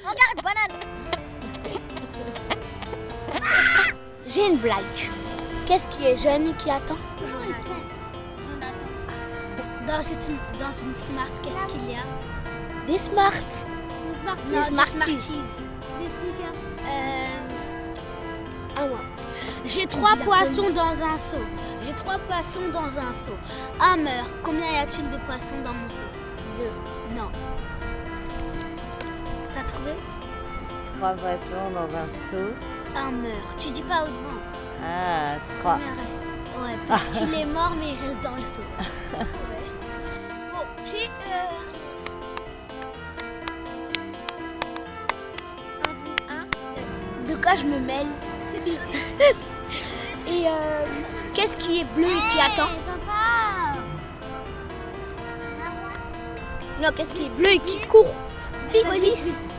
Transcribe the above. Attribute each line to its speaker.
Speaker 1: Regarde, banane
Speaker 2: J'ai une blague. Qu'est-ce qui est jeune et qui attend
Speaker 1: Jonathan.
Speaker 2: dans une, dans une smart, qu'est-ce qu'il y a Des smarts. Des Smarties. Ah ouais. J'ai trois poissons dans un seau. J'ai trois poissons dans un seau. Un meurt. Combien y a-t-il de poissons dans mon seau Deux. Non. T'as trouvé
Speaker 3: Trois poissons dans un seau.
Speaker 2: Un meurt. Tu dis pas au devant.
Speaker 3: Ah, trois.
Speaker 2: Combien reste Ouais, parce qu'il est mort, mais il reste dans le seau. Bon, Oh, j'ai euh, un plus un. De quoi je me mêle Et euh, qu'est-ce qui est bleu et qui attend Non, qu'est-ce qui est bleu et qui court Picolis.